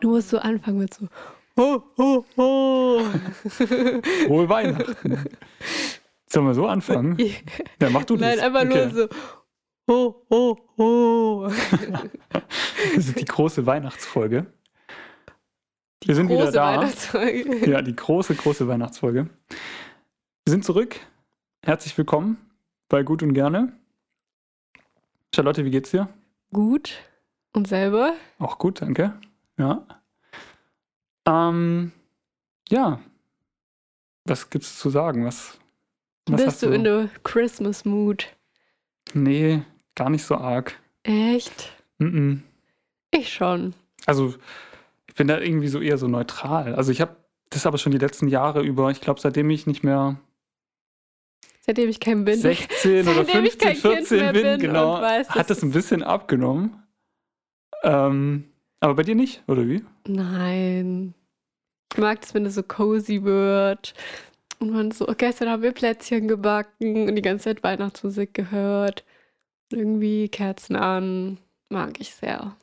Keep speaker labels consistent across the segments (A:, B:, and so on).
A: Du musst so anfangen mit so. Ho, ho, ho.
B: Frohe Weihnachten. Sollen wir so anfangen? Ja, mach du das.
A: Nein, einfach nur
B: Okay.
A: so. Ho, ho, ho.
B: Das ist die große Weihnachtsfolge. wir sind wieder
A: Große
B: da.
A: Weihnachtsfolge.
B: Ja, die große, große Weihnachtsfolge. Wir sind zurück. Herzlich willkommen bei Gut und Gerne. Charlotte, wie geht's dir?
A: Gut. Und selber?
B: Auch gut, danke. Ja. Ähm, ja. Was gibt's zu sagen? Was, was hast
A: Bist du in der Christmas Mood?
B: Nee, gar nicht so arg.
A: Echt?
B: Mm-mm.
A: Ich schon.
B: Also, ich bin da irgendwie so eher so neutral. Also, ich habe das aber schon die letzten Jahre über, ich glaube, seitdem ich nicht mehr
A: Seitdem ich kein bin.
B: 16 oder
A: Seitdem ich
B: 15,
A: kein Kind
B: 14
A: mehr
B: bin,
A: bin
B: genau,
A: und weiß,
B: hat
A: dass
B: das ein bisschen abgenommen. Ähm, aber bei dir nicht, oder wie?
A: Nein. Ich mag es, wenn es so cozy wird. Und man so, oh, gestern haben wir Plätzchen gebacken und die ganze Zeit Weihnachtsmusik gehört. Und irgendwie Kerzen an. Mag ich sehr.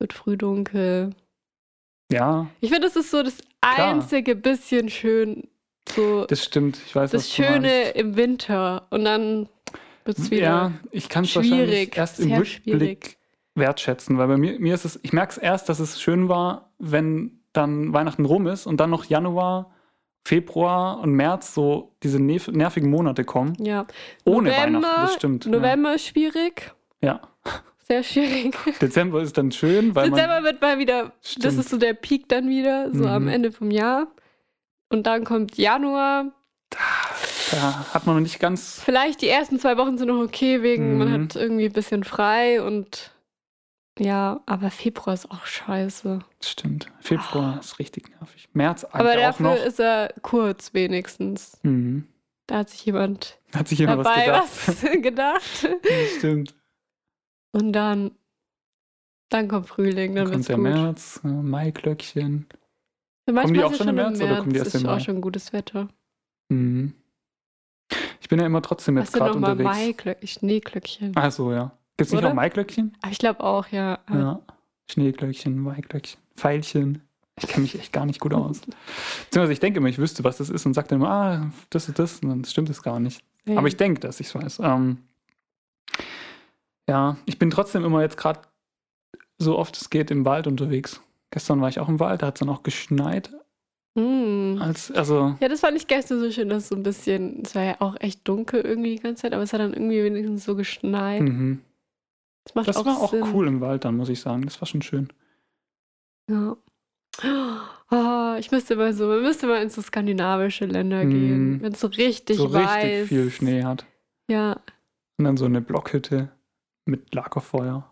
A: Wird früh dunkel.
B: Ja,
A: Ich finde, das ist so das
B: Klar.
A: einzige bisschen schön. So das,
B: das stimmt. Ich weiß, was du
A: Schöne
B: meinst.
A: im Winter. Und dann wird es wieder.
B: Ja, ich kann es wahrscheinlich
A: schwierig,
B: erst im
A: sehr
B: Rückblick
A: schwierig.
B: wertschätzen, weil bei mir, mir ist es, ich merke es erst, dass es schön war, wenn dann Weihnachten rum ist und dann noch Januar, Februar und März so diese nerv nervigen Monate kommen.
A: Ja.
B: Ohne
A: November-
B: Weihnachten, das stimmt.
A: November ist schwierig.
B: Ja.
A: Sehr schwierig.
B: ja. Dezember ist dann schön, weil man.
A: Dezember wird mal wieder, das
B: Stimmt.
A: ist so der Peak dann wieder, so am
B: Mhm.
A: Ende vom Jahr. Und dann kommt Januar.
B: Da hat man noch nicht ganz.
A: Vielleicht die ersten zwei Wochen sind noch okay, wegen man
B: Mhm.
A: hat irgendwie ein bisschen frei und ja, aber Februar ist auch scheiße.
B: Stimmt. Februar ist richtig nervig. März
A: Ah.
B: eigentlich
A: aber
B: auch noch.
A: dafür ist er kurz wenigstens.
B: Mhm.
A: Da hat sich jemand
B: Hat sich jemand was
A: dabei
B: gedacht.
A: was gedacht.
B: Stimmt.
A: Und dann, dann kommt Frühling,
B: Dann
A: dann wird's
B: kommt der
A: gut.
B: März, äh, Maiglöckchen.
A: Dann
B: Kommen die
A: manchmal
B: auch
A: ist
B: schon
A: ja
B: im März oder kommen die erst
A: ist
B: im
A: auch
B: Mai?
A: schon gutes Wetter.
B: Mhm. Ich bin ja immer trotzdem jetzt
A: Hast du
B: gerade
A: nochmal
B: unterwegs.
A: Mai-Glöckchen? Schneeglöckchen.
B: Ach so, ja. Gibt's nicht
A: Oder? Ah.
B: noch Maiglöckchen?
A: Aber ich glaube auch, ja. Aber
B: Ja. Schneeglöckchen, Maiglöckchen, Pfeilchen. Ich kenne mich echt gar nicht gut aus. Beziehungsweise ich denke immer, ich wüsste, was das ist und sage dann immer, ah, das ist das und dann stimmt es gar nicht.
A: nee.
B: Aber ich denke, dass ich es weiß. Ähm, ja, ich bin trotzdem immer jetzt gerade so oft es geht im Wald unterwegs. Gestern war ich auch im Wald, da hat es dann auch geschneit.
A: Hm.
B: Als, also,
A: Ja, das fand ich gestern so schön, dass so ein bisschen, es war ja auch echt dunkel irgendwie die ganze Zeit, aber es hat dann irgendwie wenigstens so geschneit.
B: mhm.
A: Das macht
B: das
A: auch
B: war auch
A: Sinn.
B: cool im Wald dann, muss ich sagen. Das war schon schön.
A: Ja. Ah, ich müsste mal so, man müsste mal in so skandinavische Länder
B: Hm.
A: gehen, wenn es so richtig
B: so richtig
A: weiß.
B: viel Schnee hat.
A: Ja,
B: Und dann so eine Blockhütte mit Lagerfeuer.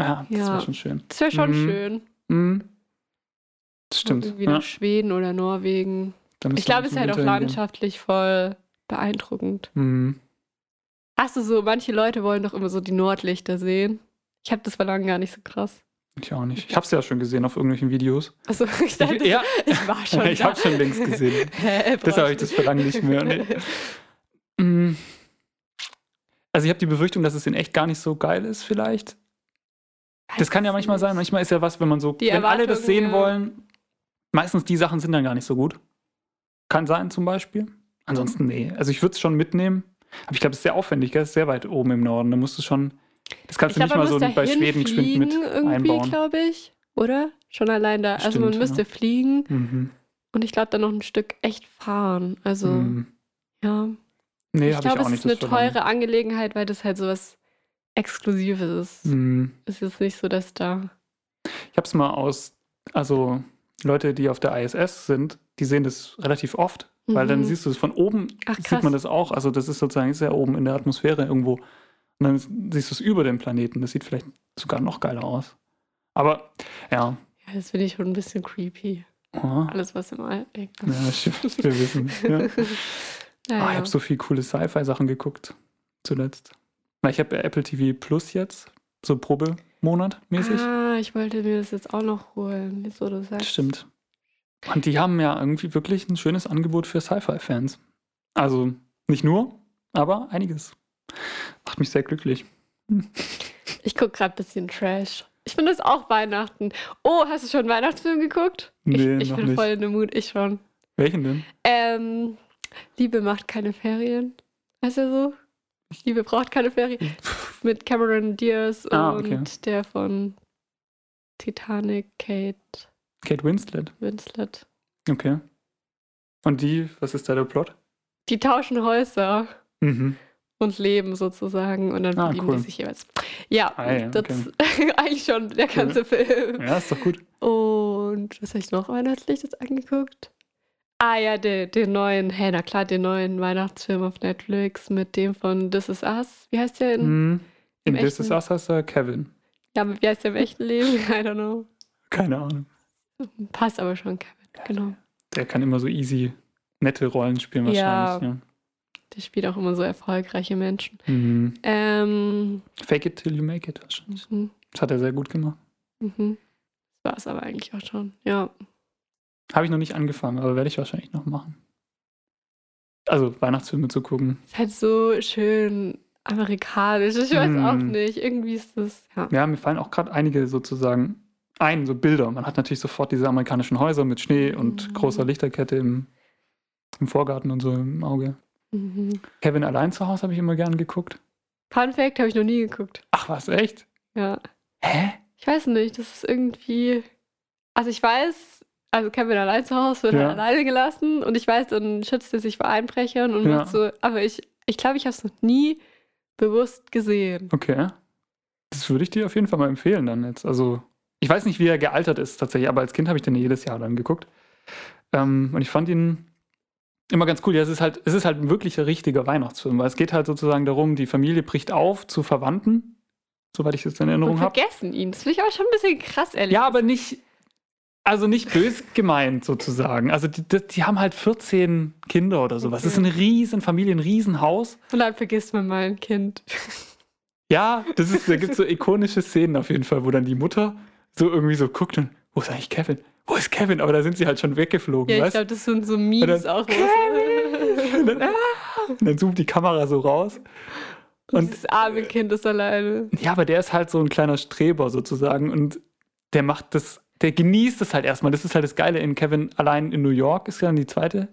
B: Ja, das
A: Ja.
B: war schon schön.
A: das wäre schon
B: Mhm.
A: schön.
B: Mhm. Das stimmt.
A: Irgendwie
B: Ja,
A: nach Schweden oder Norwegen.
B: da müssen
A: Ich glaube,
B: wir
A: es ist halt auch
B: im Winter hingehen.
A: landschaftlich voll beeindruckend.
B: Mhm.
A: Hast du so, manche Leute wollen doch immer so die Nordlichter sehen. Ich habe das verlangen gar nicht so krass.
B: Ich auch nicht. Ich habe es ja schon gesehen auf irgendwelchen Videos.
A: Also ich dachte,
B: ja,
A: ich war schon
B: ich
A: da.
B: habe schon längst gesehen.
A: Hä,
B: Deshalb habe ich
A: brauchst
B: das Verlangen nicht mehr.
A: du-
B: Nee. Mhm. Also ich habe die Befürchtung, dass es in echt gar nicht so geil ist vielleicht. Das kann ja
A: Weiß
B: manchmal
A: nicht.
B: sein. Manchmal ist ja was, wenn man so,
A: Die
B: wenn alle das sehen
A: Erwartungen, ja.
B: wollen, meistens die Sachen sind dann gar nicht so gut. Kann sein zum Beispiel. Ansonsten nee. Also ich würde es schon mitnehmen. Aber ich glaube, es ist sehr aufwendig, gell? Es ist sehr weit oben im Norden. Da musst du schon, das
A: Ich
B: kannst
A: glaube,
B: du nicht mal
A: man
B: so
A: muss
B: bei Schweden geschwind mit
A: irgendwie,
B: einbauen.
A: glaube ich. Oder? Schon allein da. Also
B: Stimmt,
A: man müsste
B: ja.
A: fliegen
B: Mhm.
A: und ich glaube dann noch ein Stück echt fahren. Also
B: Mhm.
A: ja.
B: Nee,
A: ich
B: habe ich
A: glaube,
B: auch
A: es
B: nicht.
A: ist eine
B: das Verlangen.
A: teure Angelegenheit, weil das halt sowas Exklusives ist.
B: Mhm.
A: Es ist nicht so, dass da.
B: Ich habe es mal aus, also Leute, die auf der ISS sind, die sehen das relativ oft, weil dann
A: Mhm.
B: siehst du es von oben,
A: Ach,
B: sieht
A: krass.
B: man das auch. Also das ist sozusagen sehr oben in der Atmosphäre irgendwo. Und dann siehst du es über dem Planeten. Das sieht vielleicht sogar noch geiler aus. Aber ja,
A: Ja, das finde ich schon ein bisschen creepy.
B: Ah,
A: Alles, was im All. äh,
B: ja stimmt, wir wissen. Ja. Ah, ich
A: Naja.
B: habe so viel coole Sci-Fi-Sachen geguckt zuletzt. Weil ich habe ja Apple TV Plus jetzt, so Probemonat mäßig.
A: ah, ich wollte mir das jetzt auch noch holen, jetzt wo du sagst.
B: Stimmt. Und die haben ja irgendwie wirklich ein schönes Angebot für Sci-Fi-Fans. Also nicht nur, aber einiges. Macht mich sehr glücklich.
A: Ich gucke gerade ein bisschen Trash. Ich finde das auch Weihnachten. Oh, hast du schon einen Weihnachtsfilm geguckt?
B: Nee,
A: ich ich
B: noch
A: bin
B: nicht.
A: voll in dem Mut, ich schon.
B: Welchen denn?
A: Ähm, Liebe macht keine Ferien. Weißt du so? Liebe braucht keine Ferien. Mit Cameron Diaz
B: Ah,
A: und
B: okay.
A: der von Titanic, Kate
B: Kate Winslet.
A: Winslet.
B: Okay. Und die, was ist da der Plot?
A: Die tauschen Häuser
B: Mhm.
A: und leben sozusagen und dann
B: Ah,
A: verlieben
B: cool.
A: die sich jeweils. Ja,
B: Ah, ja,
A: das ist eigentlich schon der ganze Film.
B: Ja, ist doch gut.
A: Und was habe ich noch weihnachtlich jetzt angeguckt? Ah ja, den, den neuen, hey, na klar, den neuen Weihnachtsfilm auf Netflix mit dem von This Is Us. Wie heißt der in,
B: Mhm. In
A: Im
B: This
A: echten-
B: Is Us heißt er Kevin.
A: ja, aber wie heißt der im echten Leben? I don't know.
B: Keine Ahnung.
A: Passt aber schon, Kevin. Genau.
B: Der kann immer so easy nette Rollen spielen
A: Ja.
B: wahrscheinlich.
A: Der spielt auch immer so erfolgreiche Menschen.
B: Ja. Mhm.
A: Ähm,
B: Fake it till you make it wahrscheinlich.
A: mhm,
B: Das hat er sehr gut gemacht.
A: mhm. Das war es aber eigentlich auch schon. Ja.
B: Habe ich noch nicht angefangen, aber werde ich wahrscheinlich noch machen. Also Weihnachtsfilme zu gucken.
A: Ist halt so schön amerikanisch. Ich weiß auch
B: Mhm.
A: nicht. Irgendwie ist das, ja.
B: Ja, mir fallen auch gerade einige sozusagen ein, so Bilder. Man hat natürlich sofort diese amerikanischen Häuser mit Schnee und
A: Mhm.
B: großer Lichterkette im, im Vorgarten und so im Auge.
A: Mhm.
B: Kevin allein zu Hause habe ich immer gern geguckt.
A: Fun Fact habe ich noch nie geguckt.
B: Ach was, echt?
A: Ja.
B: Hä?
A: Ich weiß nicht, das ist irgendwie. Also ich weiß, also Kevin allein zu Hause wird
B: Ja.
A: halt alleine gelassen und ich weiß, dann schützt er sich vor Einbrechern und
B: Ja.
A: macht so. Aber ich glaube, ich, glaub, ich habe es noch nie bewusst gesehen.
B: Okay. Das würde ich dir auf jeden Fall mal empfehlen dann jetzt. Also, ich weiß nicht, wie er gealtert ist tatsächlich, aber als Kind habe ich den jedes Jahr dann geguckt. Ähm, und ich fand ihn immer ganz cool. Ja, es ist halt, es ist halt ein wirklicher, richtiger Weihnachtsfilm, weil es geht halt sozusagen darum, die Familie bricht auf zu Verwandten, soweit ich es jetzt in
A: Und
B: Erinnerung habe.
A: vergessen ihn. Das finde ich aber schon ein bisschen krass, ehrlich.
B: Ja, aber nicht, also nicht bös gemeint sozusagen. Also die, die, die haben halt 14 Kinder oder sowas. Es ist eine riesen Familie, ein Riesenhaus.
A: Und dann vergisst man mal ein Kind.
B: Ja, das ist, da gibt es so ikonische Szenen auf jeden Fall, wo dann die Mutter so irgendwie so guckt und, wo ist eigentlich Kevin? Wo ist Kevin? Aber da sind sie halt schon weggeflogen,
A: Ja, ich
B: weißt
A: glaube, das sind so
B: Und
A: Memes
B: dann,
A: auch.
B: Kevin! Und dann, ah! und dann zoomt die Kamera so raus.
A: Und
B: Und-
A: das arme Kind ist alleine.
B: Ja, aber der ist halt so ein kleiner Streber sozusagen und der macht das, der genießt es halt erstmal. Das ist halt das Geile in Kevin allein in New York, ist ja dann die zweite.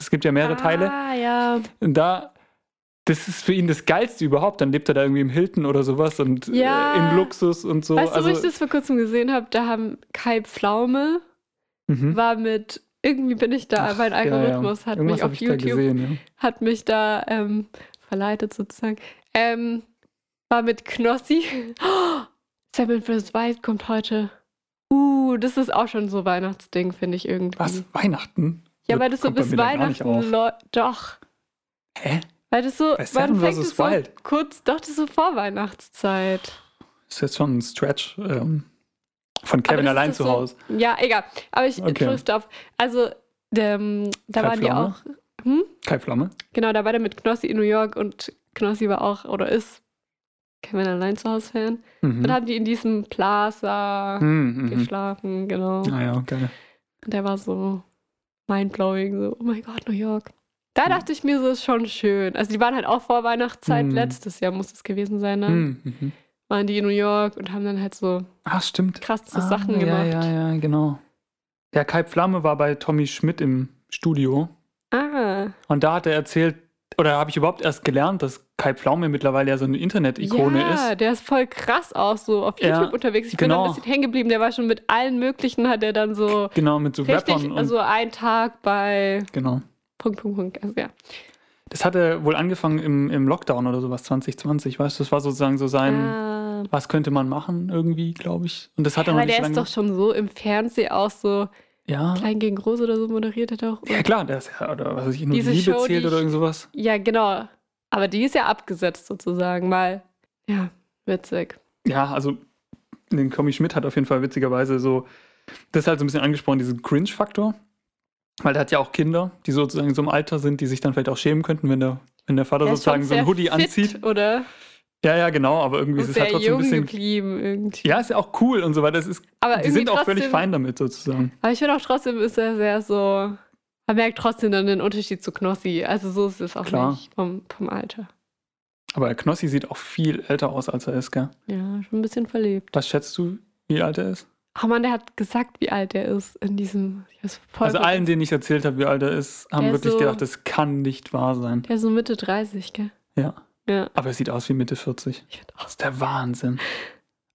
B: Es gibt ja mehrere Teile.
A: Ah, ja.
B: Und da, das ist für ihn das Geilste überhaupt. Dann lebt er da irgendwie im Hilton oder sowas und
A: Ja.
B: äh, im Luxus und so.
A: weißt du,
B: also,
A: wo ich das vor kurzem gesehen habe? Da haben Kai Pflaume
B: mhm.
A: war mit irgendwie bin ich da, mein Algorithmus hat
B: Irgendwas
A: mich
B: hab
A: auf
B: ich da
A: YouTube
B: gesehen, ja.
A: hat mich da ähm, verleitet sozusagen. Ähm, war mit Knossi. Oh, Seven vs. Wild kommt heute. Uh, das ist auch schon so Weihnachtsding, finde ich irgendwie.
B: Was? Weihnachten?
A: Mhm. Ja,
B: Wird-
A: weil das so
B: kommt bei
A: bis
B: mir da gar nicht
A: Weihnachten
B: auf.
A: läu- doch.
B: Hä?
A: Weil das so,
B: Bei Seven
A: man fängt
B: vs.
A: es so
B: Wild.
A: kurz, doch, das ist so Vorweihnachtszeit.
B: Ist jetzt schon ein Stretch ähm, von
A: Aber
B: Kevin
A: das
B: allein
A: ist
B: zu
A: so,
B: Hause.
A: Ja, egal. Aber ich
B: Okay. ne?
A: okay. auf. Also, ähm, da
B: Kai
A: waren die
B: Pflaume?
A: auch. Hm?
B: Kai Flamme.
A: Genau, da war der mit Knossi in New York und Knossi war auch oder ist Kevin allein zu Hause Fan. Und
B: Mhm.
A: Dann haben die in diesem Plaza
B: Mhm, mhm.
A: geschlafen, genau.
B: Ah ja, geil.
A: Und der war so mindblowing, so, oh mein Gott, New York.
B: Hm.
A: Da dachte ich mir, so ist schon schön. Also die waren halt auch vor Weihnachtszeit,
B: Mhm.
A: letztes Jahr muss es gewesen sein, ne?
B: Mhm, mhm.
A: Waren die in New York und haben dann halt so
B: Ah, stimmt.
A: krasse
B: ah,
A: Sachen gemacht.
B: Ja, ja, ja, genau. Ja, Kai Pflame war bei Tommy Schmidt im Studio
A: Ah,
B: und da hat er erzählt, oder habe ich überhaupt erst gelernt, dass Kai Pflaume mittlerweile ja so eine Internet-Ikone
A: ja,
B: ist.
A: der ist voll krass auch so auf
B: Ja,
A: YouTube unterwegs. Ich bin da
B: genau.
A: ein bisschen hängen geblieben, der war schon mit allen möglichen, hat er dann so
B: Genau, mit so Rappern
A: Richtig,
B: und
A: also ein Tag bei
B: genau.
A: Punkt, Punkt, Punkt. Also ja.
B: Das hat er wohl angefangen im, im Lockdown oder sowas 2020, weißt du, das war sozusagen so sein,
A: ah,
B: was könnte man machen irgendwie, glaube ich. Und das hat er noch
A: aber
B: nicht
A: der ist
B: lange
A: doch schon so im Fernsehen auch so
B: Ja.
A: klein gegen groß oder so moderiert er doch.
B: Ja klar, der ist ja, oder was weiß ich, nur
A: Diese
B: die Liebe
A: Show, die
B: zählt
A: ich-
B: oder irgend sowas.
A: Ja, genau. Aber die ist ja abgesetzt sozusagen, weil ja, witzig.
B: Ja, also den Tommy Schmidt hat auf jeden Fall witzigerweise so, das ist halt so ein bisschen angesprochen, diesen Cringe-Faktor. Weil der hat ja auch Kinder, die sozusagen in so einem Alter sind, die sich dann vielleicht auch schämen könnten, wenn der, wenn der Vater
A: Der ist schon
B: sozusagen so
A: sehr
B: ein Hoodie
A: fit,
B: anzieht.
A: oder?
B: Ja, ja, genau, aber irgendwie
A: Und
B: ist es
A: sehr
B: halt trotzdem
A: jung
B: ein bisschen.
A: geblieben irgendwie.
B: Ja, ist ja auch cool und so weiter. Das ist,
A: aber
B: die
A: irgendwie
B: sind auch
A: trotzdem,
B: völlig fein damit sozusagen.
A: Aber ich finde auch trotzdem ist er sehr so. Man merkt trotzdem dann den Unterschied zu Knossi. Also so ist es auch
B: Klar.
A: nicht vom, vom Alter.
B: Aber Knossi sieht auch viel älter aus, als er ist, gell?
A: Ja, schon ein bisschen verlebt.
B: Was schätzt du? wie alt er ist?
A: Ach man, Oh der hat gesagt, wie alt er ist in diesem. Ich hab's voll
B: Also allen, denen ich erzählt habe, wie alt er ist, haben
A: Der ist
B: wirklich
A: so-
B: gedacht, das kann nicht wahr sein.
A: Der ist so Mitte 30, gell?
B: Ja.
A: Ja.
B: Aber er sieht aus wie Mitte 40.
A: Ich find auch.
B: Das ist der Wahnsinn.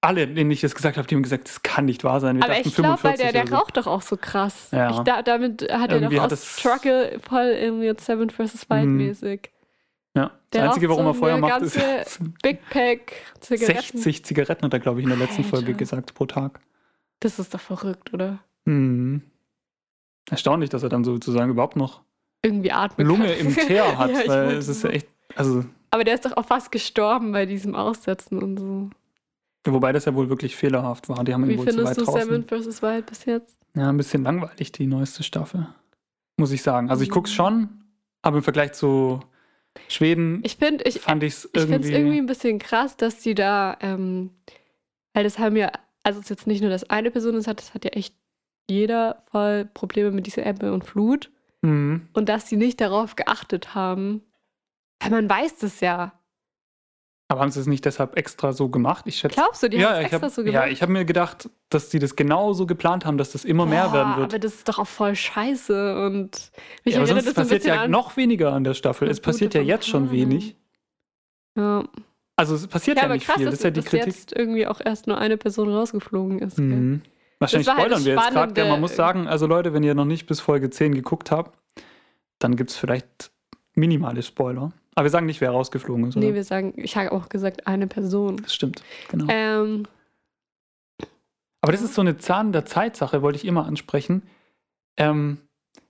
B: Alle, denen ich das gesagt habe, die haben gesagt, das kann nicht wahr sein. Wir
A: Aber
B: dachten
A: ich glaube, weil
B: 45
A: der, der
B: oder so.
A: raucht doch auch so krass.
B: Ja.
A: Ich, da, damit hat
B: Irgendwie
A: er
B: hat
A: doch auch
B: es-
A: Struggle voll im jetzt Seven vs. Wild
B: Mhm.
A: mäßig.
B: Ja. Das
A: der
B: Einzige,
A: raucht
B: warum
A: so
B: er Feuer
A: eine
B: macht, ist
A: ganze Big Pack, Zigaretten.
B: 60 Zigaretten, hat er, glaube ich, in der letzten
A: Alter.
B: Folge gesagt, pro Tag.
A: Das ist doch verrückt, oder?
B: Hm. Erstaunlich, dass er dann sozusagen überhaupt noch
A: Irgendwie atmen
B: Lunge
A: kann.
B: im Teer hat,
A: Ja, ich
B: weil
A: wollte
B: es ist
A: so-
B: ja echt, also
A: Aber der ist doch auch fast gestorben bei diesem Aussetzen und so.
B: wobei das ja wohl wirklich fehlerhaft war. Die haben ihn
A: Wie
B: wohl zu
A: findest
B: weit
A: du
B: draußen.
A: Seven vs. Wild bis jetzt?
B: Ja, ein bisschen langweilig die neueste Staffel, muss ich sagen. Also ich
A: Mhm.
B: guck's schon, aber im Vergleich zu Schweden
A: Ich finde, ich,
B: fand ich's
A: Ich finde es
B: irgendwie,
A: irgendwie ein bisschen krass, dass die da, ähm, weil das haben ja, also es ist jetzt nicht nur das eine Person, das hat, das hat ja echt jeder voll Probleme mit dieser Ebbe und Flut.
B: Mhm.
A: Und dass die nicht darauf geachtet haben, weil man weiß das ja.
B: Aber haben sie es nicht deshalb extra so gemacht? Ich schätze.
A: Glaubst du, die haben es
B: ich
A: extra
B: hab,
A: so
B: ja,
A: gemacht?
B: ich habe mir gedacht, dass die das genau so geplant haben, dass das immer mehr
A: Boah,
B: werden wird.
A: Aber das ist doch auch voll scheiße. Und mich
B: ja, aber
A: erinnert
B: sonst
A: das so ein
B: passiert
A: bisschen
B: ja
A: an.
B: noch weniger an der Staffel.
A: Das
B: Es
A: Gute
B: passiert ja
A: vom
B: jetzt schon
A: Hahn.
B: wenig.
A: ja.
B: Also es passiert
A: ja,
B: ja,
A: aber
B: nicht
A: krass,
B: viel. Das
A: dass
B: ist ja die
A: dass
B: Kritik.
A: jetzt irgendwie auch erst nur eine Person rausgeflogen ist. gell?
B: Mhm. Wahrscheinlich
A: war halt
B: spoilern
A: das
B: wir jetzt gerade.
A: Spannende.
B: gell? Man muss sagen, also Leute, wenn ihr noch nicht bis Folge 10 geguckt habt, dann gibt es vielleicht minimale Spoiler. Aber wir sagen nicht, wer rausgeflogen ist. Oder?
A: Nee, wir sagen, ich habe auch gesagt, eine Person.
B: das stimmt, genau.
A: Ähm,
B: Aber das ist so eine Zahn der Zeit-Sache, wollte ich immer ansprechen. Ähm,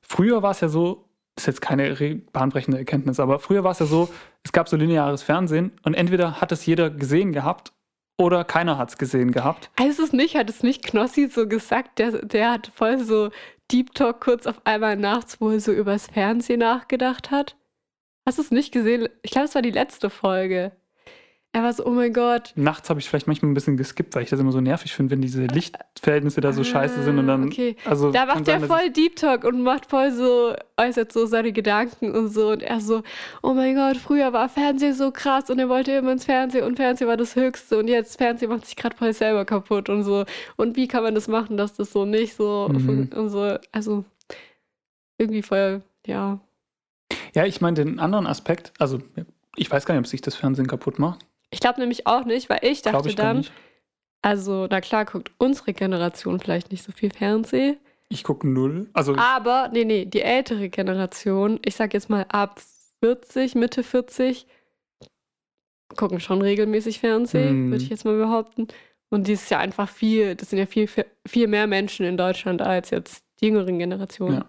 B: früher war es ja so, ist jetzt keine re- bahnbrechende Erkenntnis, aber früher war es ja so, es gab so lineares Fernsehen und entweder hat es jeder gesehen gehabt oder keiner hat es gesehen gehabt.
A: Als es nicht, hat es nicht Knossi so gesagt, der, der hat voll so Deep Talk kurz auf einmal nachts, wo er so übers Fernsehen nachgedacht hat. Hast du es nicht gesehen? Ich glaube, es war die letzte Folge. Er war so, oh mein Gott.
B: Nachts habe ich vielleicht manchmal ein bisschen geskippt, weil ich das immer so nervig finde, wenn diese Lichtverhältnisse da so
A: Ah,
B: scheiße sind und dann.
A: äh, Okay.
B: Also
A: Da
B: kann
A: macht er
B: sein, dass
A: voll Deep Talk und macht voll so, äußert so seine Gedanken und so. Und er so, oh mein Gott, früher war Fernsehen so krass und er wollte immer ins Fernsehen und Fernsehen war das Höchste und jetzt Fernsehen macht sich gerade voll selber kaputt und so. Und wie kann man das machen, dass das so nicht so
B: Mhm.
A: und so, also irgendwie voll, ja.
B: ich- Ja, ich meine den anderen Aspekt, also ich weiß gar nicht, ob sich das Fernsehen kaputt macht.
A: Ich glaube nämlich auch nicht, weil ich dachte
B: Glaube ich gar
A: dann,
B: nicht.
A: also na klar guckt unsere Generation vielleicht nicht so viel Fernsehen,
B: Ich gucke null. Also
A: Aber, nee, nee, die ältere Generation, ich sag jetzt mal ab 40, Mitte 40, gucken schon regelmäßig Fernsehen,
B: Mm.
A: würde ich jetzt mal behaupten. Und die ist ja einfach viel, das sind ja viel, viel mehr Menschen in Deutschland als jetzt die jüngeren Generationen.
B: Ja,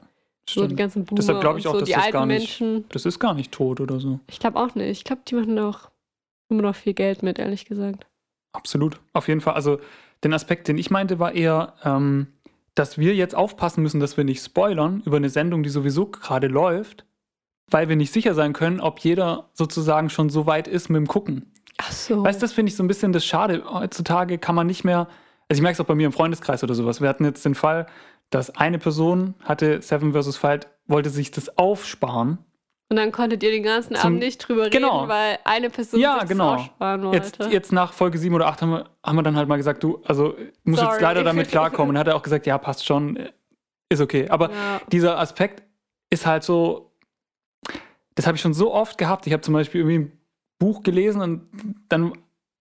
A: so die
B: stimmt.
A: ganzen Boomer
B: Deshalb glaub ich
A: und
B: auch,
A: so,
B: dass
A: die
B: das
A: alten
B: gar nicht-
A: Menschen.
B: das ist gar nicht tot oder so.
A: Ich glaube auch nicht. Ich glaube, die machen auch immer noch viel Geld mit, ehrlich gesagt.
B: Absolut, auf jeden Fall. Also den Aspekt, den ich meinte, war eher, ähm, dass wir jetzt aufpassen müssen, dass wir nicht spoilern über eine Sendung, die sowieso gerade läuft, weil wir nicht sicher sein können, ob jeder sozusagen schon so weit ist mit dem Gucken.
A: Ach so.
B: Weißt du, das finde ich so ein bisschen das Schade. Heutzutage kann man nicht mehr, also ich merke es auch bei mir im Freundeskreis oder sowas. Wir hatten jetzt den Fall, dass eine Person hatte Seven vs. Fight, wollte sich das aufsparen.
A: und dann konntet ihr den ganzen
B: Zum-
A: Abend nicht drüber
B: Genau.
A: reden, weil eine Person
B: Ja,
A: sich
B: genau.
A: das aussparen wollte.
B: Jetzt, jetzt nach Folge 7 oder 8 haben wir, haben wir dann halt mal gesagt, du, also muss jetzt
A: Sorry.
B: leider damit klarkommen. Und hat er auch gesagt, ja, passt schon, äh, ist okay. Aber
A: ja.
B: dieser Aspekt ist halt so, das habe ich schon so oft gehabt. Ich habe zum Beispiel irgendwie ein Buch gelesen und dann,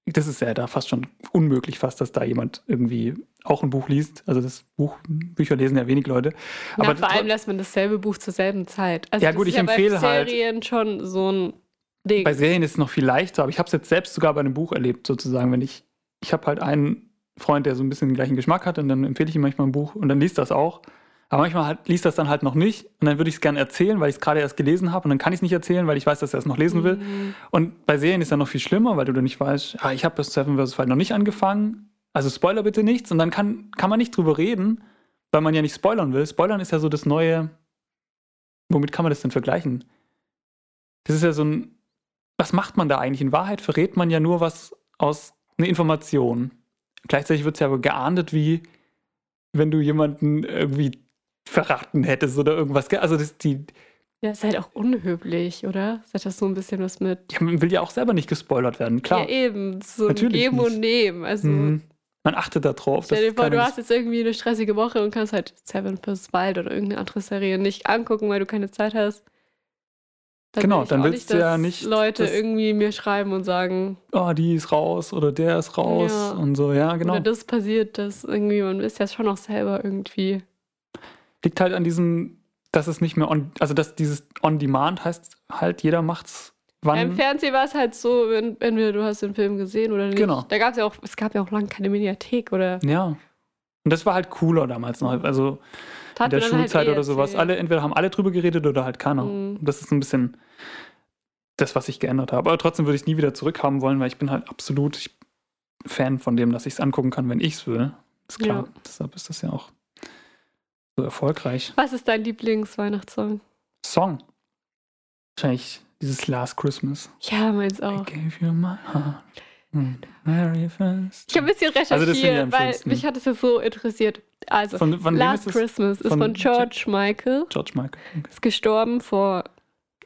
B: das ist ja da fast schon unmöglich fast, dass da jemand irgendwie auch ein Buch liest. Also das Buch, Bücher lesen ja wenig Leute.
A: Na,
B: Aber
A: vor allem lässt man dasselbe Buch zur selben Zeit. Also
B: Ja,
A: das
B: gut,
A: ist
B: ich empfehle
A: bei
B: halt-
A: Serien schon so ein Ding.
B: Bei Serien ist es noch viel leichter, aber ich habe es jetzt selbst sogar bei einem Buch erlebt, sozusagen. Wenn ich, ich habe halt einen Freund, der so ein bisschen den gleichen Geschmack hat und dann empfehle ich ihm manchmal ein Buch und dann liest das auch. Aber manchmal halt, liest das dann halt noch nicht und dann würde ich es gerne erzählen, weil ich es gerade erst gelesen habe und dann kann ich es nicht erzählen, weil ich weiß, dass er es noch lesen will.
A: Mhm.
B: Und bei Serien ist dann noch viel schlimmer, weil du dann nicht weißt, ah, ich habe das Seven vs. Wild noch nicht angefangen, also Spoiler bitte nichts und dann kann, kann man nicht drüber reden, weil man ja nicht spoilern will. Spoilern ist ja so das neue, womit kann man das denn vergleichen? Das ist ja so ein, was macht man da eigentlich? In Wahrheit verrät man ja nur was aus einer Information. Gleichzeitig wird es ja aber geahndet, wie wenn du jemanden irgendwie verraten hättest oder irgendwas. gell? Also das, die,
A: Ja, ist halt auch unhöflich, oder? Ist halt das so ein bisschen was mit.
B: ja, man will ja auch selber nicht gespoilert werden, klar.
A: Ja, eben. So ein
B: Natürlich
A: Geben
B: nicht.
A: und Nehmen. Also,
B: Mhm. man achtet da drauf.
A: Stell dir
B: dass
A: vor, du
B: keine-
A: hast jetzt irgendwie eine stressige Woche und kannst halt Seven vs. Wild oder irgendeine andere Serie nicht angucken, weil du keine Zeit hast.
B: Genau,
A: will ich
B: dann
A: auch
B: willst du ja
A: dass
B: nicht,
A: Leute
B: dass-
A: irgendwie mir schreiben und sagen,
B: oh, die ist raus oder der ist raus
A: Ja.
B: und so. Ja, genau.
A: oder das passiert, das irgendwie, man ist ja schon auch selber irgendwie.
B: Liegt halt an diesem, dass es nicht mehr on, also dass dieses on demand heißt halt, jeder macht's
A: Ja, Im
B: wann.
A: Fernsehen war es halt so, wenn, entweder du hast den Film gesehen oder nicht.
B: Genau.
A: Da gab es ja auch, es gab ja auch lange keine Mediathek oder
B: Ja. Und das war halt cooler damals noch. Also in
A: tat
B: der
A: mir dann halt
B: Schulzeit
A: eh
B: oder sowas.
A: erzählt.
B: Alle, entweder haben alle drüber geredet oder halt keiner.
A: Mhm.
B: Das ist ein bisschen das, was ich geändert habe. Aber trotzdem würde ich es nie wieder zurückhaben wollen, weil ich bin halt absolut ich, Fan von dem, dass ich es angucken kann, wenn ich es will. Ist klar. Deshalb ist das ja auch so erfolgreich.
A: Was ist dein Lieblingsweihnachtssong?
B: Song. Wahrscheinlich dieses Last Christmas.
A: Ja, meins auch.
B: I gave you my heart. Mm, Merry first.
A: Ich habe ein bisschen recherchiert,
B: Also das finde ich am
A: weil
B: schönsten.
A: mich hat es ja so interessiert. Also,
B: Von, von wem
A: Last
B: ist es?
A: Christmas ist
B: Von
A: von, George Michael.
B: George Michael. Okay.
A: Ist gestorben vor,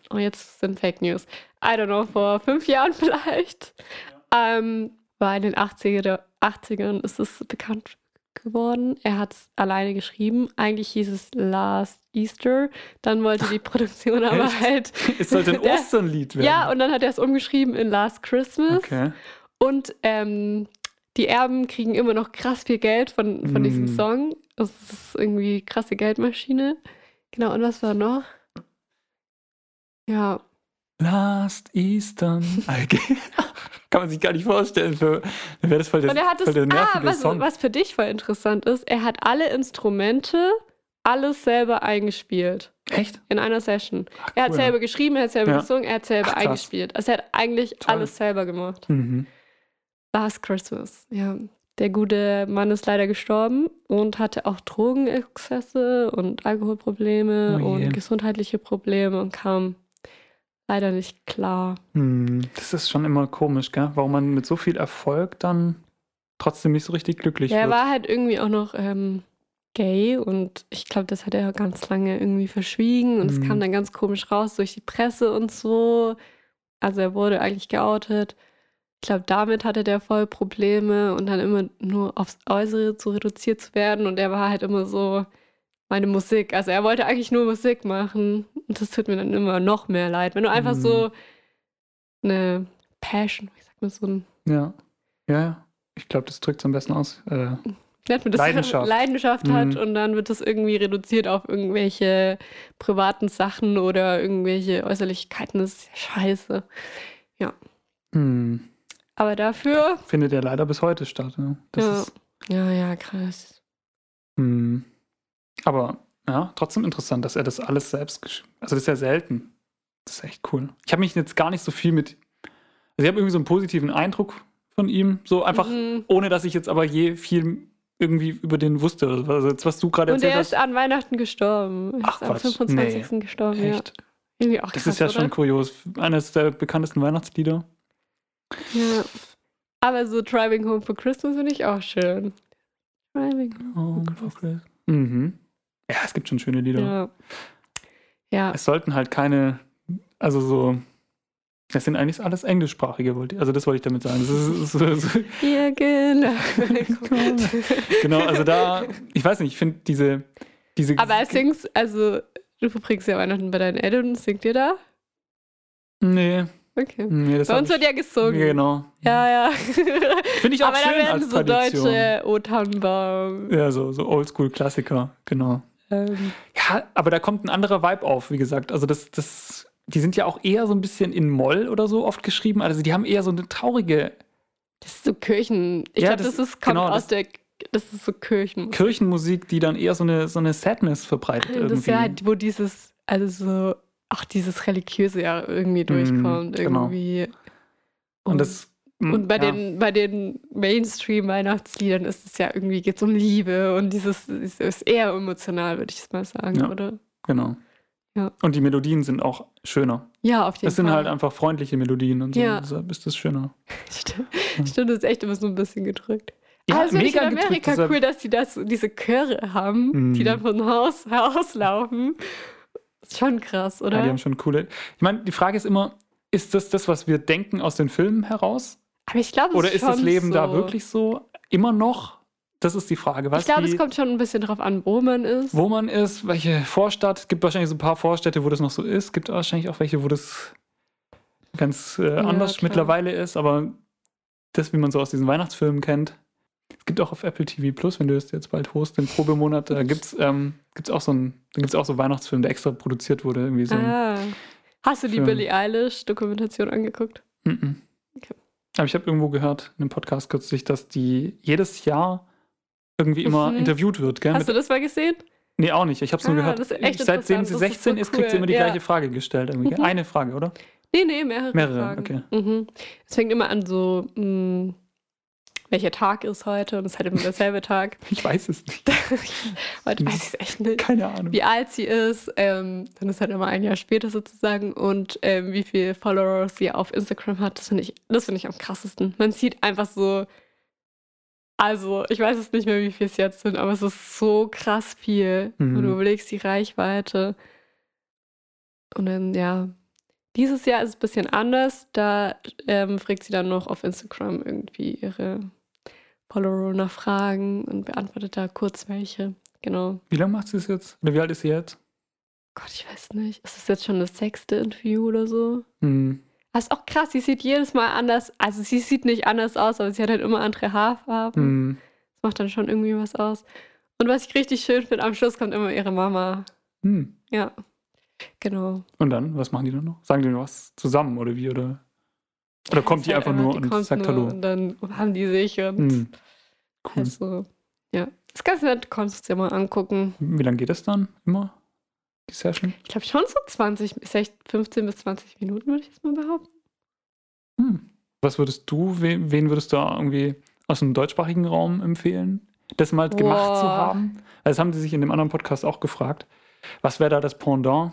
A: oh, jetzt sind Fake News. I don't know, vor fünf Jahren vielleicht. Ähm, war in den 80er, 80ern ist es bekannt geworden. Er hat es alleine geschrieben. Eigentlich hieß es Last Easter. Dann wollte die Produktion aber
B: Echt?
A: halt.
B: Es sollte ein
A: Der-
B: Osternlied werden.
A: Ja, und dann hat er es umgeschrieben in Last Christmas.
B: Okay.
A: Und ähm, die Erben kriegen immer noch krass viel Geld von, von diesem
B: Mm.
A: Song. Das ist irgendwie krasse Geldmaschine. Genau, und was war noch? Ja,
B: Last Easter. Ah, Okay. Kann man sich gar nicht vorstellen. Für, dann wäre das voll der,
A: und er hat es.
B: voll der
A: Ah,
B: nervige
A: was,
B: Song.
A: was für dich voll interessant ist, er hat alle Instrumente, alles selber eingespielt.
B: Echt?
A: In einer Session.
B: Ach,
A: Er hat
B: cool.
A: selber geschrieben, er hat selber
B: Ja.
A: gesungen, er hat selber
B: Ach, krass.
A: eingespielt. Also er hat eigentlich
B: Toll.
A: alles selber gemacht.
B: Mhm.
A: Last Christmas, ja. Der gute Mann ist leider gestorben und hatte auch Drogenexzesse und Alkoholprobleme
B: Oh je.
A: und gesundheitliche Probleme und kam leider nicht klar.
B: Hm, Das ist schon immer komisch, gell? Warum man mit so viel Erfolg dann trotzdem nicht so richtig glücklich
A: der
B: wird.
A: war halt irgendwie auch noch ähm, gay und ich glaube, das hat er ganz lange irgendwie verschwiegen und es
B: Mhm.
A: kam dann ganz komisch raus durch die Presse und so. Also er wurde eigentlich geoutet. Ich glaube, damit hatte der voll Probleme und dann immer nur aufs Äußere zu reduziert zu werden und er war halt immer so meine Musik. Also er wollte eigentlich nur Musik machen und das tut mir dann immer noch mehr leid. Wenn du einfach
B: Mhm.
A: so eine Passion, ich sag mal so ein
B: Ja. Ja, ja. Ich glaube, das drückt es am besten aus. Äh,
A: nennt man das?
B: Leidenschaft.
A: Leidenschaft hat
B: Mhm.
A: und dann wird das irgendwie reduziert auf irgendwelche privaten Sachen oder irgendwelche Äußerlichkeiten. Das ist ja scheiße.
B: hm.
A: Aber dafür.
B: Findet ja leider bis heute statt. Ne? Das
A: Ja.
B: ist
A: Ja, ja, krass.
B: Hm. Aber ja, trotzdem interessant, dass er das alles selbst geschrieben Also, das ist ja selten. Das ist echt cool. Ich habe mich jetzt gar nicht so viel mit. Also, ich habe irgendwie so einen positiven Eindruck von ihm. So einfach,
A: Mhm.
B: ohne dass ich jetzt aber je viel irgendwie über den wusste. Also, jetzt, was du gerade
A: Und
B: erzählt
A: er ist
B: hast.
A: an Weihnachten gestorben. Er
B: Ach,
A: ist am
B: Quatsch.
A: 25. gestorben, ja.
B: Echt.
A: Irgendwie auch krass,
B: Das ist ja
A: oder?
B: schon kurios. Eines der bekanntesten Weihnachtslieder.
A: Ja. Aber so Driving Home for Christmas finde ich auch schön. Driving Home.
B: Oh, mhm. Ja, es gibt schon schöne Lieder.
A: Ja. Ja.
B: Es sollten halt keine, also so, das sind eigentlich alles englischsprachige, wollte ich- also das wollte ich damit sagen. Das ist, so, so,
A: Ja, genau.
B: genau, also da, ich weiß nicht, ich finde diese, diese.
A: Aber als singst, also du verbringst ja Weihnachten bei deinen Eltern, singt ihr da?
B: Nee,
A: Okay.
B: nee, Hm, das
A: bei
B: hab
A: uns
B: ich,
A: wird ja gesungen.
B: ja, genau.
A: Ja, ja.
B: Finde ich auch
A: Aber da
B: schön
A: werden
B: als
A: so
B: Tradition.
A: deutsche O Tannenbaum.
B: Ja, so, so Oldschool-Klassiker, genau.
A: Ähm,
B: Ja, aber da kommt ein anderer Vibe auf, wie gesagt. Also das, das, die sind ja auch eher so ein bisschen in Moll oder so oft geschrieben. Also die haben eher so eine traurige
A: das ist so Kirchen. Ich
B: Ja,
A: glaube,
B: das-
A: das, ist kommt
B: genau,
A: aus
B: das-
A: der. Das ist so Kirchen.
B: Kirchenmusik, die dann eher so eine, so eine Sadness verbreitet
A: Das
B: irgendwie.
A: ist ja halt, wo dieses, also so, auch dieses religiöse ja irgendwie durchkommt.
B: Mhm, genau.
A: Irgendwie.
B: Und das
A: Und bei,
B: Hm, ja.
A: den, bei den Mainstream-Weihnachtsliedern ist es ja irgendwie, geht es um Liebe und dieses ist, ist eher emotional, würde ich es mal sagen,
B: Ja.
A: oder?
B: Genau.
A: Ja.
B: Und die Melodien sind auch schöner.
A: Ja, auf jeden
B: Es sind
A: Fall.
B: halt einfach freundliche Melodien und so.
A: Ja.
B: Deshalb ist das schöner.
A: Stimmt, stimmt, das ist echt immer so ein bisschen gedrückt.
B: Ja,
A: Aber es finde ich also in
B: Ah, mega
A: Amerika
B: gedrückt, deshalb-
A: cool, dass die das, diese Chöre haben,
B: Mhm.
A: die dann von Haus herauslaufen. Ist schon krass,
B: Ja,
A: oder?
B: Ah, die haben schon coole. Ich meine, die Frage ist immer, ist das das, was wir denken aus den Filmen heraus?
A: Aber ich glaube, es
B: Oder ist
A: schon
B: das Leben
A: so.
B: da wirklich so immer noch? Das ist die Frage. Was
A: ich glaube,
B: die,
A: es kommt schon ein bisschen drauf an, wo man ist.
B: wo man ist, welche Vorstadt. Es gibt wahrscheinlich so ein paar Vorstädte, wo das noch so ist. Gibt wahrscheinlich auch welche, wo das ganz äh, anders
A: klar.
B: mittlerweile ist. Aber das, wie man so aus diesen Weihnachtsfilmen kennt, es gibt auch auf Apple TV Plus, wenn du es jetzt bald host, den Probemonat, da gibt es ähm, gibt's auch so einen, da gibt's auch so einen Weihnachtsfilm, der extra produziert wurde. Irgendwie so ein,
A: ah. Hast du die
B: Film.
A: Billie Eilish-Dokumentation angeguckt?
B: Mhm.
A: Okay.
B: Aber ich habe irgendwo gehört, in einem Podcast kürzlich, dass die jedes Jahr irgendwie immer
A: Mhm.
B: interviewt wird. Gell?
A: Hast du das mal gesehen?
B: Nee, auch nicht. Ich habe es nur
A: Ah,
B: gehört.
A: das ist echt
B: Seitdem
A: interessant.
B: sie
A: Das ist
B: 16
A: so
B: ist, kriegt sie
A: cool.
B: immer die
A: Ja.
B: gleiche Frage gestellt. Irgendwie.
A: Mhm.
B: Eine Frage, oder?
A: Nee, nee, mehrere.
B: Mehrere,
A: Fragen.
B: okay.
A: Mhm. Es fängt immer an, so, mh, welcher Tag ist heute? Und es ist halt immer derselbe Tag.
B: Ich weiß es nicht.
A: heute weiß ich es echt nicht.
B: Keine Ahnung.
A: Wie alt sie ist, ähm, dann ist halt immer ein Jahr später sozusagen und ähm, wie viel Follower sie auf Instagram hat, das finde ich, das finde ich am krassesten. Man sieht einfach so, also ich weiß es nicht mehr, wie viel es jetzt sind, aber es ist so krass viel.
B: Mhm.
A: Und du überlegst die Reichweite. Und dann, ja. Dieses Jahr ist es ein bisschen anders. Da ähm, fragt sie dann noch auf Instagram irgendwie ihre Follower nach Fragen und beantwortet da kurz welche. Genau.
B: Wie lange macht sie es jetzt? Oder wie alt ist sie jetzt?
A: Gott, ich weiß nicht. Ist das jetzt schon das sechste Interview oder so?
B: Hm.
A: Das ist auch krass. Sie sieht jedes Mal anders. Also, sie sieht nicht anders aus, aber sie hat halt immer andere Haarfarben.
B: Hm.
A: Das macht dann schon irgendwie was aus. Und was ich richtig schön finde, am Schluss kommt immer ihre Mama.
B: Hm.
A: Ja. Genau.
B: Und dann, was machen die dann noch? Sagen die noch was zusammen oder wie? Oder, oder kommt die
A: Ist halt
B: einfach nur
A: die
B: und
A: kommt
B: sagt
A: nur
B: Hallo?
A: Und dann haben die sich und
B: Hm. Cool.
A: halt so. Ja. Das Ganze nett, kannst du dir mal angucken.
B: Wie lange geht das dann immer? Die Session?
A: Ich glaube schon so 20, 16, 15 bis 20 Minuten, würde ich jetzt mal behaupten.
B: Hm. Was würdest du, we- wen würdest du irgendwie aus dem deutschsprachigen Raum empfehlen, das mal gemacht zu
A: Boah.
B: haben? Also das haben sie sich in dem anderen Podcast auch gefragt. Was wäre da das Pendant?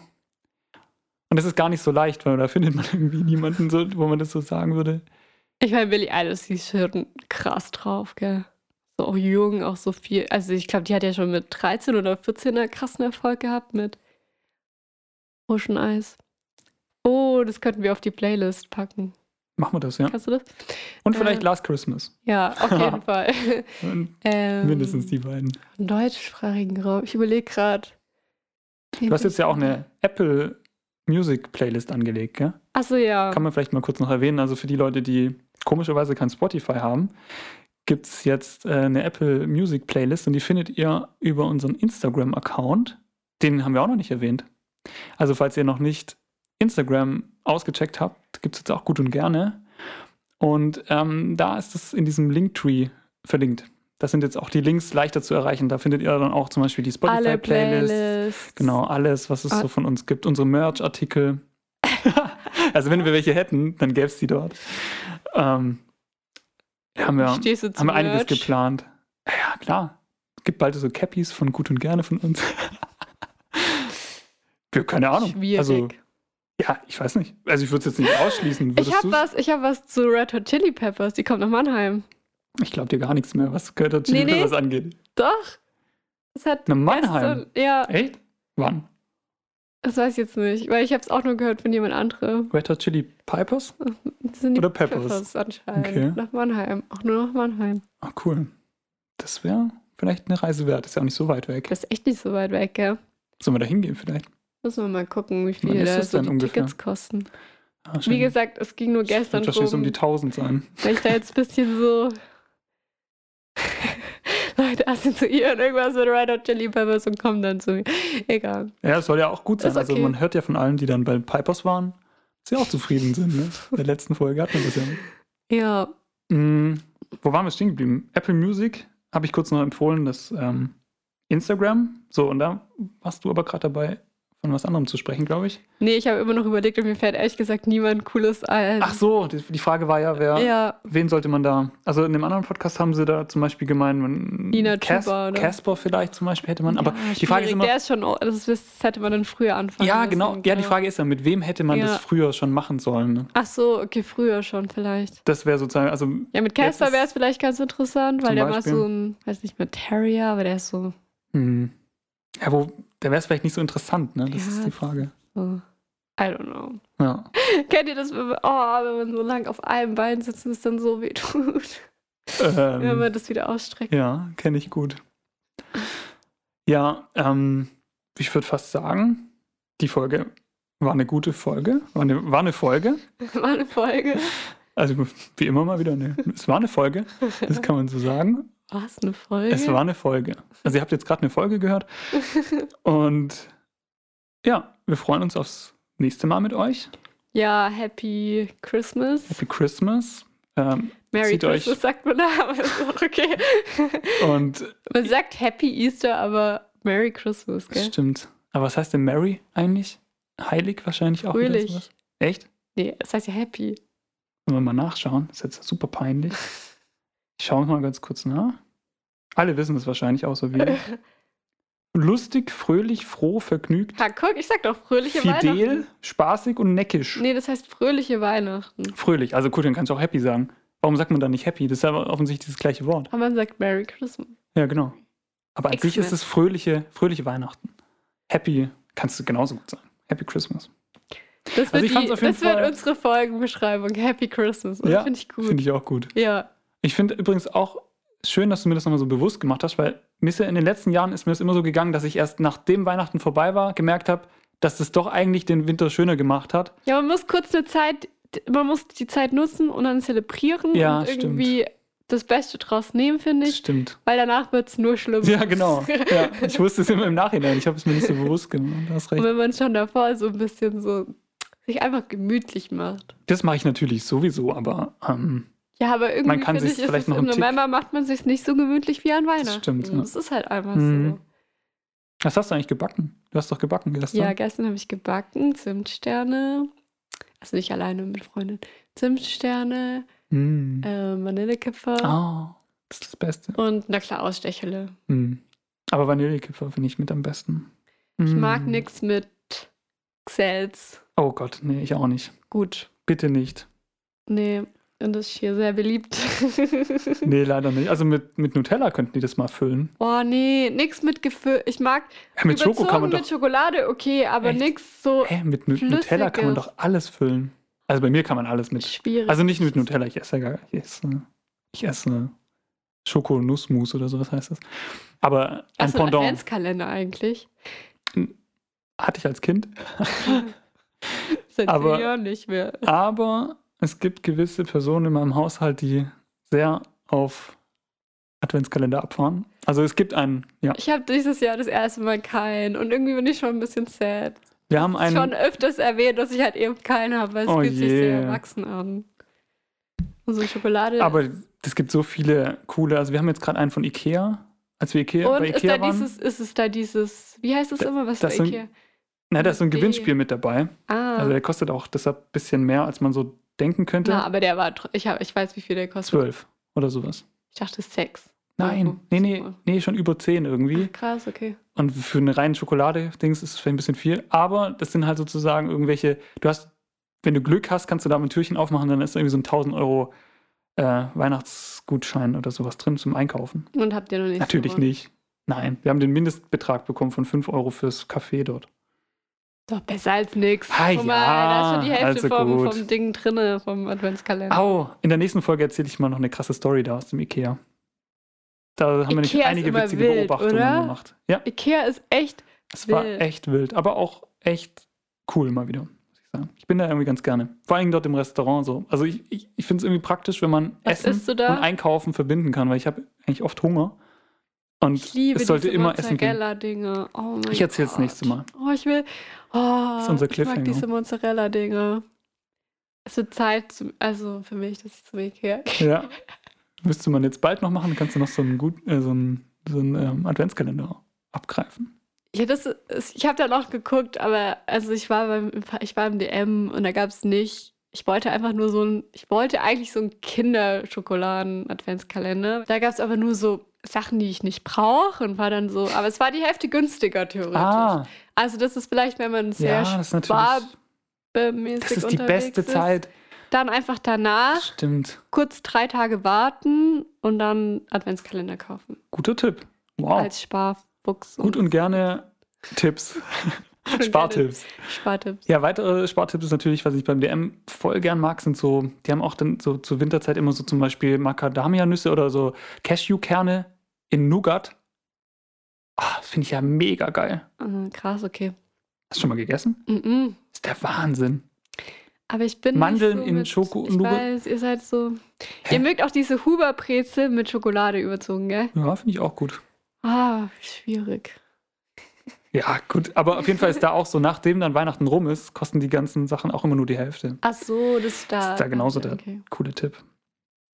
B: Und das ist gar nicht so leicht, weil da findet man irgendwie niemanden, so, wo man das so sagen würde.
A: Ich meine, Billie Eilish, die ist schon krass drauf, gell? So auch jung, auch so viel. Also ich glaube, die hat ja schon mit 13 oder 14 einen krassen Erfolg gehabt mit Ocean Eyes. Oh, das könnten wir auf die Playlist packen.
B: Machen wir das, ja.
A: Kannst du das?
B: Und vielleicht
A: Äh.
B: Last Christmas.
A: Ja, auf jeden Fall.
B: Und
A: ähm,
B: Mindestens die beiden.
A: Im deutschsprachigen Raum. Ich überlege gerade.
B: Du hast jetzt ja auch eine Apple Music Playlist angelegt, gell?
A: Achso, ja.
B: Kann man vielleicht mal kurz noch erwähnen. Also für die Leute, die komischerweise kein Spotify haben, gibt es jetzt äh, eine Apple Music Playlist und die findet ihr über unseren Instagram-Account. Den haben wir auch noch nicht erwähnt. Also falls ihr noch nicht Instagram ausgecheckt habt, gibt es jetzt auch gut und gerne. Und ähm, da ist es in diesem Linktree verlinkt. Das sind jetzt auch die Links leichter zu erreichen. Da findet ihr dann auch zum Beispiel die
A: Alle
B: Spotify-Playlist.
A: Playlists.
B: Genau, alles, was es
A: Ah.
B: so von uns gibt. Unsere Merch-Artikel. also, wenn wir welche hätten, dann gäbe es die dort. Ähm, haben wir, haben
A: Stehst du zu
B: wir einiges
A: Merch?
B: geplant. Ja, klar. Es gibt bald so Cappies von Gut und Gerne von uns. wir, keine Ahnung.
A: Schwierig.
B: Also, ja, ich weiß nicht. Also, ich würde es jetzt nicht ausschließen.
A: ich
B: Würdest
A: habe
B: du's?
A: was, ich hab was zu Red Hot Chili Peppers. Die kommt nach Mannheim.
B: Ich glaube dir gar nichts mehr, was Götter Chili
A: Nee, nee.
B: Peppers angeht.
A: Doch. Es hat
B: Na,
A: erst
B: Mannheim.
A: So, ja,
B: Echt? Wann?
A: das weiß ich jetzt nicht, weil ich habe es auch nur gehört von jemand anderem.
B: Red Hot Chili Pipers?
A: Das sind die
B: Oder Peppers.
A: anscheinend.
B: Okay.
A: Nach Mannheim. Auch nur nach Mannheim.
B: Ah, cool. Das wäre vielleicht eine Reise wert. Ist ja auch nicht so weit weg.
A: Das ist echt nicht so weit weg, gell?
B: Sollen wir da hingehen vielleicht?
A: Müssen wir mal gucken, wie
B: Wann
A: viel
B: ist
A: da
B: das
A: so
B: denn
A: die
B: ungefähr?
A: Tickets kosten.
B: Ah,
A: Wie
B: schön.
A: gesagt, es ging nur
B: Das wird
A: gestern
B: wahrscheinlich so um
A: drum,
B: die 1000 sein.
A: weil ich da jetzt ein bisschen so... Leute assoziieren irgendwas mit Red Hot Chili Peppers und kommen dann zu mir. Egal.
B: Ja, es soll ja auch gut sein.
A: Ist
B: Also
A: okay.
B: man hört ja von allen, die dann bei Pipers waren, dass sie auch zufrieden sind. Ne? In der letzten Folge hatten wir das ja.
A: Ja,
B: Mm, wo waren wir stehen geblieben? Apple Music habe ich kurz noch empfohlen, das ähm, Instagram. So, und da warst du aber gerade dabei, von was anderem zu sprechen, glaube ich.
A: nee, ich habe immer noch überlegt und mir fällt ehrlich gesagt niemand Cooles ein.
B: Ach so, die, die Frage war ja, wer,
A: Ja,
B: Wen sollte man da? Also in dem anderen Podcast haben sie da zum Beispiel gemeint, man,
A: Nina
B: Cas-
A: Chuba, oder?
B: Casper vielleicht zum Beispiel hätte man. Aber
A: ja,
B: die Frage ist
A: schwierig.
B: immer.
A: Der ist schon, das, ist, das hätte man dann früher anfangen
B: Ja,
A: müssen,
B: genau. Ja, die Frage ist ja, mit wem hätte man
A: Ja.
B: das früher schon machen sollen? Ne?
A: Ach so, okay, früher schon vielleicht.
B: Das wäre sozusagen, also
A: Ja, mit
B: Jetzt
A: Casper
B: ist-
A: wäre es vielleicht ganz interessant,
B: Zum
A: weil der war
B: Beispiel.
A: so ein, weiß nicht mehr, Terrier, aber der ist so,
B: hm, ja, wo, da wäre es vielleicht nicht so interessant, ne? Das
A: Ja.
B: ist die Frage.
A: so I don't know.
B: Ja.
A: Kennt ihr das, wenn man, oh, wenn man so lang auf einem Bein sitzt und es dann so wehtut? wenn
B: Ähm,
A: man das wieder ausstreckt.
B: ja, kenne ich gut. Ja, ähm, ich würde fast sagen, die Folge war eine gute Folge. War eine, war eine Folge.
A: War eine Folge.
B: Also wie immer mal wieder, eine, es war eine Folge, das kann man so sagen.
A: War es eine Folge?
B: Es war eine Folge. Also ihr habt jetzt gerade eine Folge gehört. Und ja, wir freuen uns aufs nächste Mal mit euch.
A: ja, Happy Christmas.
B: Happy Christmas. Ähm,
A: Merry
B: zieht euch-
A: Christmas sagt man da, aber ist auch okay.
B: und
A: Man sagt Happy Easter, aber Merry Christmas, gell?
B: stimmt. Aber was heißt denn Mary eigentlich? Heilig wahrscheinlich auch. wieder
A: Fröhlich.
B: sowas. Echt?
A: Nee, es heißt ja Happy.
B: Wollen wir mal nachschauen? Ist jetzt super peinlich. Ich schaue mal ganz kurz nach. Alle wissen es wahrscheinlich auch so wie. ich. Lustig, fröhlich, froh, vergnügt,
A: Ha, guck, ich sag doch fröhliche
B: fidel,
A: Weihnachten.
B: spaßig und neckisch.
A: Nee, das heißt fröhliche Weihnachten.
B: Fröhlich. Also gut, dann kannst du auch happy sagen. Warum sagt man dann nicht happy? Das ist aber offensichtlich das gleiche Wort.
A: Aber man sagt Merry Christmas.
B: Ja, genau. Aber an sich ist
A: Excellent.
B: es fröhliche, fröhliche Weihnachten. Happy kannst du genauso gut sagen. Happy Christmas.
A: Das wird,
B: Also ich fand's
A: die,
B: auf jeden
A: das wird
B: Fall-
A: unsere Folgenbeschreibung. Happy Christmas.
B: Ja,
A: Ja, Finde Oh, ich gut.
B: Finde ich auch gut.
A: ja.
B: Ich finde übrigens auch schön, dass du mir das nochmal so bewusst gemacht hast, weil mir ist ja in den letzten Jahren ist mir das immer so gegangen, dass ich erst nachdem Weihnachten vorbei war, gemerkt habe, dass das doch eigentlich den Winter schöner gemacht hat.
A: ja, man muss kurz eine Zeit, man muss die Zeit nutzen und dann zelebrieren
B: Ja,
A: und
B: stimmt.
A: irgendwie das Beste draus nehmen, finde
B: Das
A: ich.
B: stimmt.
A: Weil danach wird es nur schlimmer.
B: Ja, genau.
A: und
B: Ja, ich wusste es immer im Nachhinein. Ich habe es mir nicht so bewusst gemacht. Du hast recht.
A: wenn man schon davor so ein bisschen so sich einfach gemütlich macht.
B: Das mache ich natürlich sowieso, aber ähm,
A: Ja, aber irgendwie
B: Man kann
A: finde
B: sich's
A: ich, ist
B: vielleicht
A: es
B: noch
A: im
B: einen Tick-
A: November macht man sich nicht so gemütlich wie an Weihnachten.
B: stimmt, ja.
A: Das ist halt einfach
B: Mhm.
A: so.
B: was hast du eigentlich gebacken? Du hast doch gebacken gestern.
A: Ja, gestern habe ich gebacken, Zimtsterne. Also nicht alleine mit Freundin. Zimtsterne,
B: Mm.
A: ähm, Vanillekipferl
B: Ah, das ist das Beste.
A: und na klar Ausstechele.
B: Mm. Aber Vanillekipferl finde ich mit am besten.
A: Ich
B: Mm.
A: mag nichts mit Xels.
B: Oh Gott, nee, ich auch nicht.
A: Gut.
B: Bitte nicht.
A: Nee, und das ist hier sehr beliebt.
B: Nee, leider nicht. Also mit, mit Nutella könnten die das mal füllen.
A: oh nee, nichts mit Gefühl. Ich mag
B: Ja, mit Schoko
A: überzogen
B: kann man
A: mit
B: doch.
A: Schokolade, okay, aber
B: Echt?
A: nichts so
B: Hä, mit Nu-
A: Flüssiges.
B: Nutella kann man doch alles füllen. Also bei mir kann man alles mit.
A: schwierig.
B: Also nicht mit Nutella, ich esse ja gar ich esse, ich esse Schoko-Nussmus oder sowas heißt das. Aber ein
A: Also ein
B: Pendant
A: Adventskalender eigentlich.
B: hatte ich als Kind.
A: Seit
B: Aber-
A: zehn Jahren nicht mehr.
B: Aber es gibt gewisse Personen in meinem Haushalt, die sehr auf Adventskalender abfahren. Also es gibt einen, ja.
A: Ich habe dieses Jahr das erste Mal keinen und irgendwie bin ich schon ein bisschen sad.
B: Wir haben
A: Ein schon
B: einen.
A: öfters erwähnt, dass ich halt eben keinen habe, weil es
B: Oh
A: fühlt sich
B: je.
A: sehr erwachsen an. Und so Schokolade.
B: Aber es gibt so viele coole. Also wir haben jetzt gerade einen von Ikea. Als wir Ikea,
A: und
B: bei
A: ist
B: Ikea
A: da
B: waren,
A: dieses, ist es da dieses, wie heißt es immer, was
B: das
A: bei
B: sind-
A: Ikea?
B: na, da ist so ein
A: Nee.
B: Gewinnspiel mit dabei.
A: Ah,
B: Also der kostet auch deshalb ein bisschen mehr, als man so denken könnte.
A: na, aber der war, tr- ich, hab, ich weiß, wie viel der kostet.
B: Zwölf oder sowas.
A: Ich dachte, sechs.
B: Nein,
A: Euro.
B: nee, nee,
A: Euro.
B: nee, schon über zehn irgendwie.
A: Ach, krass, okay.
B: Und für eine reine Schokolade-Dings ist es vielleicht ein bisschen viel. Aber das sind halt sozusagen irgendwelche, du hast, wenn du Glück hast, kannst du da ein Türchen aufmachen, dann ist da irgendwie so ein 1000 Euro äh, Weihnachtsgutschein oder sowas drin zum Einkaufen.
A: Und habt ihr noch nicht
B: Natürlich nicht. Nein, wir haben den Mindestbetrag bekommen von 5 Euro fürs Café dort.
A: Doch, besser als nix.
B: Ah,
A: Guck mal, da ist schon die
B: ja,
A: Hälfte
B: also
A: vom,
B: gut.
A: vom Ding drinne, vom Adventskalender.
B: Au, in der nächsten Folge erzähle ich mal noch eine krasse Story da aus dem Ikea. Da haben wir nämlich
A: Ikea ist
B: einige
A: immer
B: witzige
A: wild,
B: Beobachtungen
A: oder?
B: gemacht. Ja,
A: Ikea ist echt
B: es war
A: Wild.
B: echt wild, aber auch echt cool mal wieder, muss ich sagen. Ich bin da irgendwie ganz gerne. Vor allem dort im Restaurant so. Also ich, ich, ich finde es irgendwie praktisch, wenn man
A: Was
B: Essen
A: isst du
B: und
A: da?
B: Einkaufen verbinden kann, weil ich habe eigentlich oft Hunger. Und
A: Ich liebe
B: es sollte
A: diese
B: immer Essen geben.
A: Mozzarella-Dinge. Oh mein
B: Ich erzähl's
A: Gott.
B: nächstes Mal.
A: Oh, ich will. Oh, das
B: ist unser
A: Ich
B: Cliffhanger.
A: mag diese Mozzarella-Dinge. Es wird Zeit, zum, also für mich, dass ich zum Weg her.
B: Ja. Müsste man jetzt bald noch machen, kannst du noch so einen, gut, äh, so einen, so einen ähm, Adventskalender abgreifen.
A: Ja, das ist, ich habe da noch geguckt, aber also ich war beim, ich war im DM und da gab es nicht. Ich wollte einfach nur so ein, ich wollte eigentlich so einen Kinderschokoladen-Adventskalender. Da gab es aber nur so Sachen, die ich nicht brauche und war dann so, aber es war die Hälfte günstiger theoretisch.
B: Ah,
A: Also das ist vielleicht, wenn man sehr
B: ja,
A: ja,
B: das ist natürlich.
A: sparbemäßig
B: Das ist die
A: unterwegs
B: beste
A: ist. Ah.
B: Zeit.
A: Dann einfach danach
B: Stimmt.
A: kurz drei Tage warten und dann Adventskalender kaufen.
B: Guter Tipp. Wow.
A: Als Sparfuchs.
B: Gut und gerne Tipps. Spartipps.
A: Spartipps.
B: Ja, weitere Spartipps ist natürlich, was ich beim DM voll gern mag, sind so, die haben auch dann so zur Winterzeit immer so zum Beispiel Macadamia-Nüsse oder so Cashewkerne in Nougat. Ah, das finde ich ja mega geil.
A: Ah, krass, okay.
B: Hast du schon mal gegessen?
A: Mhm.
B: Ist der Wahnsinn.
A: Aber ich bin. nicht
B: Mandeln
A: so
B: in
A: mit,
B: Schoko-
A: Ich
B: Nougat-
A: weiß, ihr seid so.
B: Hä?
A: Ihr mögt auch diese Huber-Brezel mit Schokolade überzogen, gell?
B: Ja, finde ich auch gut.
A: Ah, schwierig.
B: Ja, gut. Aber auf jeden Fall ist da auch so, nachdem dann Weihnachten rum ist, kosten die ganzen Sachen auch immer nur die Hälfte.
A: Ach so, das ist da.
B: Ist da genauso
A: okay,
B: der-
A: okay.
B: Cooler Tipp.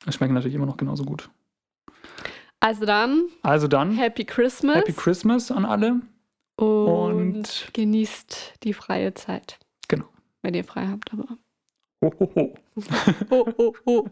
B: Schmecken natürlich immer noch genauso gut.
A: Also dann,
B: Also dann,
A: Happy Christmas.
B: Happy Christmas an alle.
A: und,
B: und-
A: genießt die freie Zeit.
B: Genau.
A: Wenn ihr frei habt, aber.
B: Ho, ho, ho.
A: Oh, oh, oh.